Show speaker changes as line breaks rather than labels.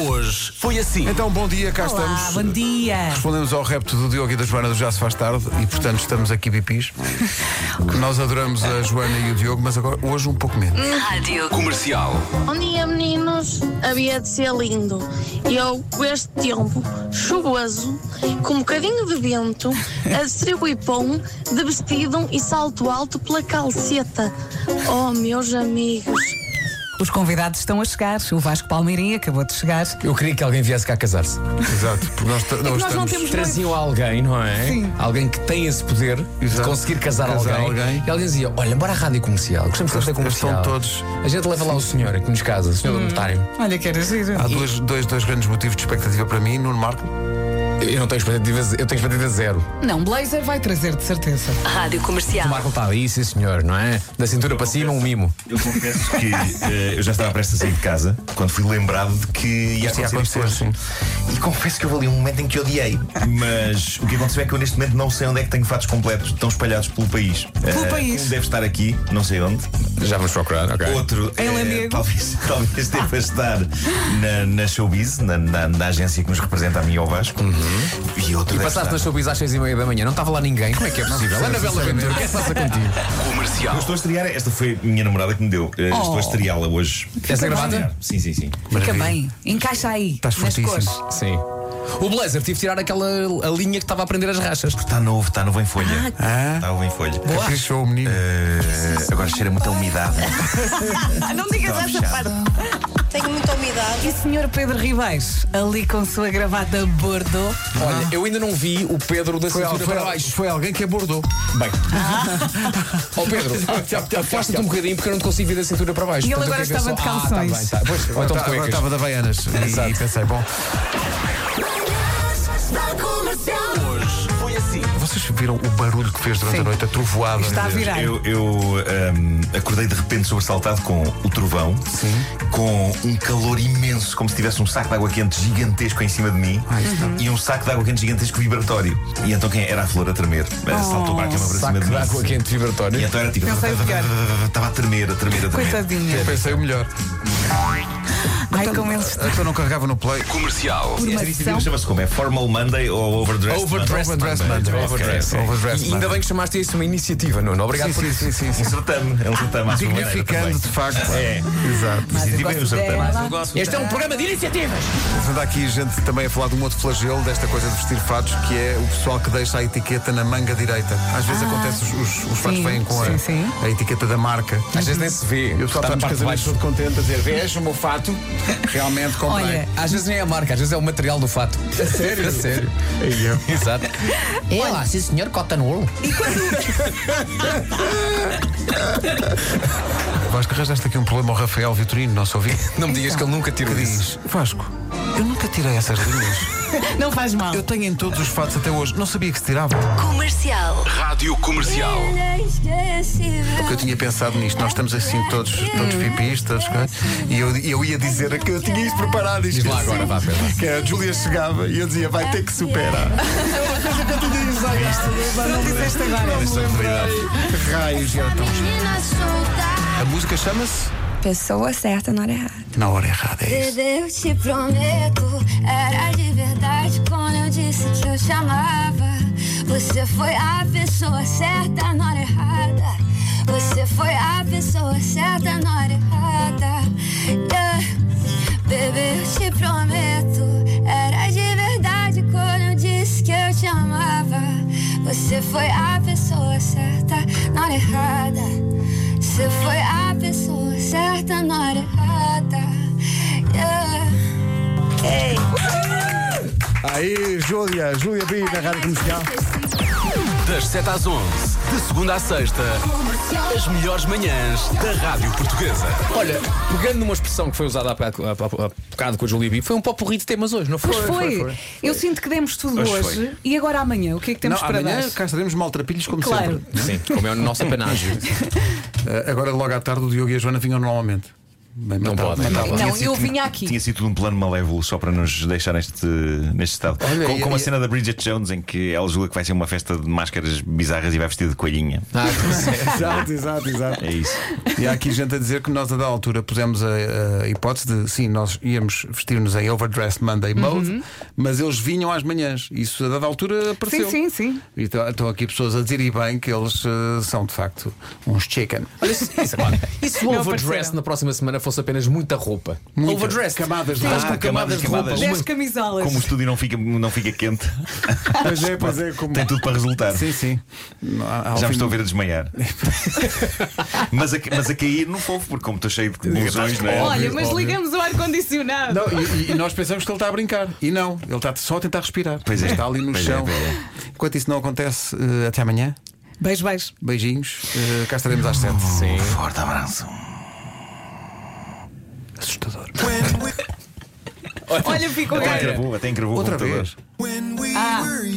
hoje foi assim.
Então, bom dia, cá
Olá,
estamos.
bom dia.
Respondemos ao repto do Diogo e da Joana do Já se faz tarde e, portanto, estamos aqui pipis. Nós adoramos a Joana e o Diogo, mas agora, hoje, um pouco menos.
Comercial.
Bom Um dia, meninos. Havia de ser lindo. Eu, com este tempo chuvoso, com um bocadinho de vento, a distribuir pão de vestido e salto alto pela calceta. Oh, meus amigos.
Os convidados estão a chegar. O Vasco Palmeirim acabou de chegar.
Eu queria que alguém viesse cá casar-se.
Exato, porque nós, t-
É nós
nós
não
estamos.
temos-
Traziam um alguém, não é?
Sim.
Alguém que tem esse poder de
Exato.
conseguir casar,
Casar
alguém.
alguém.
E alguém dizia: Olha, bora à rádio comercial. Gostamos tanto da
Eles- eles
comercial.
estão todos-
A gente leva lá o senhor que nos casa, o senhor
Hum.
do notário.
Olha que era giro.
Há dois, dois, dois grandes motivos de expectativa para mim, Nuno Marco.
Eu não tenho expectativas, eu tenho expectativa zero.
Não, Blazer vai trazer, de certeza.
Rádio
O
Comercial.
Marco está ali, sim senhor, não é? Da cintura para cima, um mimo.
Eu confesso que eh, eu já estava prestes a sair de casa quando fui lembrado de que ia
Isto ia
acontecer isto
acontecer,
hoje. E confesso que houve ali um momento em que odiei. Mas o que aconteceu é que eu neste momento não sei onde é que tenho fatos completos, estão espalhados pelo país.
Pelo
Eh,
país?
Um deve estar aqui, não sei onde.
Já vamos procurar, ok.
Outro
Em
eh,
Lamego?
talvez, talvez deva estar na, na Showbiz, na, na- na agência que nos representa a mim e ao Vasco. E outro
Uhum. E
deve
passaste
estar-
na showbiz às seis e meia da manhã, não estava lá ninguém, como é que é possível? Ana Bela Ventura, o que é que se passa contigo?
Eu estou a estrear, esta foi a minha namorada que me deu. Eh,
Oh.
Estou a estreá-la hoje. é
Essa gravata?
Sim, sim, sim.
Fica
Maravilha.
bem. Encaixa aí.
Estás
nas
fortíssimo.
cores.
Sim. O blazer, tive de tirar aquela a linha que estava a prender as rachas.
Está Tá novo, está novo em folha. Está novo em folha.
Caprichou o menino.
Eh, agora cheira muita umidade.
Ah, não digas
essa parte.
Tenho muita umidade.
E senhor Pedro Ribeiro, ali com sua gravata bordeaux.
Olha, eu ainda não vi o Pedro da
Ah. Foi, al-
cintura
foi
para
al-
baixo.
foi alguém que abordou.
Bem. Ó Pedro, afasta-te um bocadinho porque eu não te consigo ver da cintura para baixo.
E ele
Portanto, é
agora
eu quero ver
estava
só-
de calções.
Ah, tá bem, tá. Pois, ou então de
Tá- agora
cuecas.
estava da Baianas. E,
Exato.
pensei, bom,
Hoje foi assim.
vocês viram o barulho que fez durante
Sim.
a noite, a trovoada?
Está a virar.
Eu, eu, hum, acordei de repente sobressaltado com o trovão, com um calor imenso, como se tivesse um saco de água quente gigantesco em cima de mim e um saco de água quente gigantesco vibratório. E então quem era a flor a tremer? eh, Saltou para a cama para
Saco
cima de
de
mim.
água quente
E
vibratório.
então era tipo.
Não sei o que era.
Estava a tremer, a tremer, a tremer.
Coitadinha.
Eu pensei o melhor.
Ai, como ele está.
Então não carregava no play.
Comercial.
Esta iniciativa chama-se como? É Formal Monday ou Overdressed
Overdressed
Overdressed Monday.
Ok,
Overdressed.
ok.
Overdressed
E ainda
Monday.
bem que chamaste isso uma iniciativa, Nuno. Obrigado
Sim,
por
sim,
isso.
sim, sim,
Um
sim.
certame, é um certame à sua maneira
Dignificando,
também.
de facto.
É, exato. Iniciativa e um certame.
Este é um programa de iniciativas.
Portanto, há aqui gente também a falar de um outro flagelo, desta coisa de vestir fatos, que é o pessoal que deixa a etiqueta na manga direita. Às vezes acontece, os, os, os fatos
Ah, sim,
vêm com a,
sim, sim.
a etiqueta da marca.
Às vezes nem se vê.
Eu
Está
só estou
na
nos
parte de
casamentos
baixo.
todo contente a dizer: veja o meu fato, realmente comprei.
Olha,
Às vezes nem é a marca, às vezes é o material do fato. A sério? A sério. Exato. É lá, sim senhor, cota no ouro.
Vasco, arranjaste aqui um problema ao Rafael Vitorino, nosso ouvinte,
Não me digas que ele
Então.
nunca
que
tirou isso.
diz: Vasco, eu nunca tirei essas linhas.
Não faz mal.
Eu tenho em todos os fatos até hoje, não sabia que se tiravam.
Comercial.
Rádio Comercial.
Porque eu tinha pensado nisto, nós estamos assim todos, todos pipis, todos coisas, e eu, e eu ia dizer que eu tinha isto preparado. Diz
lá agora, vá, Pedro.
Que a Júlia chegava e eu dizia, vai ter que superar.
Não disseste agora.
Raios, era tão giro. A música chama-se
Pessoa certa na hora errada.
Na Hora Errada, é isso.
Eu te prometo, era de verdade quando eu disse que eu chamava. Você foi a pessoa certa na hora errada. Você foi a pessoa certa na hora errada. Yeah. Bebê, eu te prometo, era de verdade quando eu disse que eu te amava. Você foi a pessoa certa na hora errada. Você foi a pessoa certa na hora errada. Yeah. Hey.
Aí, Júlia, Júlia B na Rádio Comercial.
Das 7 às 11, de segunda à sexta, as melhores manhãs da Rádio Portuguesa.
Olha, pegando numa expressão que foi usada há bocado, há- há- há bocado com a Julia B, foi um poporri de temas hoje, não foi?
Pois foi. Eu sinto que demos tudo hoje.
Hoje foi.
E agora amanhã? O que é que temos
Não,
para
amanhã
dar?
cá estaremos maltrapilhos como
Claro.
sempre. Eh,
Sim, como é o nosso apanágio.
Ah, Agora, logo à tarde, o Diogo e a Joana vinham normalmente. Mas
Não
matava-
podem, não
matava.
podem. Não,
sido-
eu vinha aqui.
Tinha sido tudo um plano malévolo só para nos deixar neste, neste estado.
Olha,
Com-
e-
como a
e-
cena da Bridget Jones, em que ela julga que vai ser uma festa de máscaras bizarras e vai vestida de coelhinha.
Ah,
Exato, exato, exato.
É isso.
E há aqui gente a dizer que nós, a da altura, pusemos a, a hipótese de sim, nós íamos vestir-nos em overdressed Monday
Uhum.
mode, mas eles vinham às manhãs. Isso, a dada altura, apareceu.
Sim, sim, sim.
E estão estão aqui pessoas a dizer e bem que eles eh, são, de facto, uns chicken.
Olha, isso, isso, é claro. E se o
Não
overdress
apareceram.
na próxima semana fosse apenas muita roupa?
Muita.
Overdressed.
Camadas de
Estás
roupa.
com camadas,
Ah, Camadas,
de roupa.
camadas.
Uma-
Dez camisolas.
Como o estúdio não fica, não fica quente,
Pois é, pois é, como.
tem tudo para resultar.
Sim, sim. Há- há
Já
ao
me
fim-
estou a ver a desmaiar. mas, a, mas a cair não fofo, porque como estou cheio de ligações, não é?
Olha, mas
óbvio.
ligamos o ar-condicionado.
Não, e, e- e nós pensamos que ele está a brincar. E não, ele está só a tentar respirar.
Pois é.
Está ali no
Pois é,
chão.
pois é.
Enquanto isso não acontece, eh, até amanhã.
Beijo, beijo.
Beijinhos. Eh, cá estaremos às sete.
Um forte abraço.
Assustador.
Olha, fico
Até
agora.
encravou, até encravou o
Outra
Ah.
computador.
vez.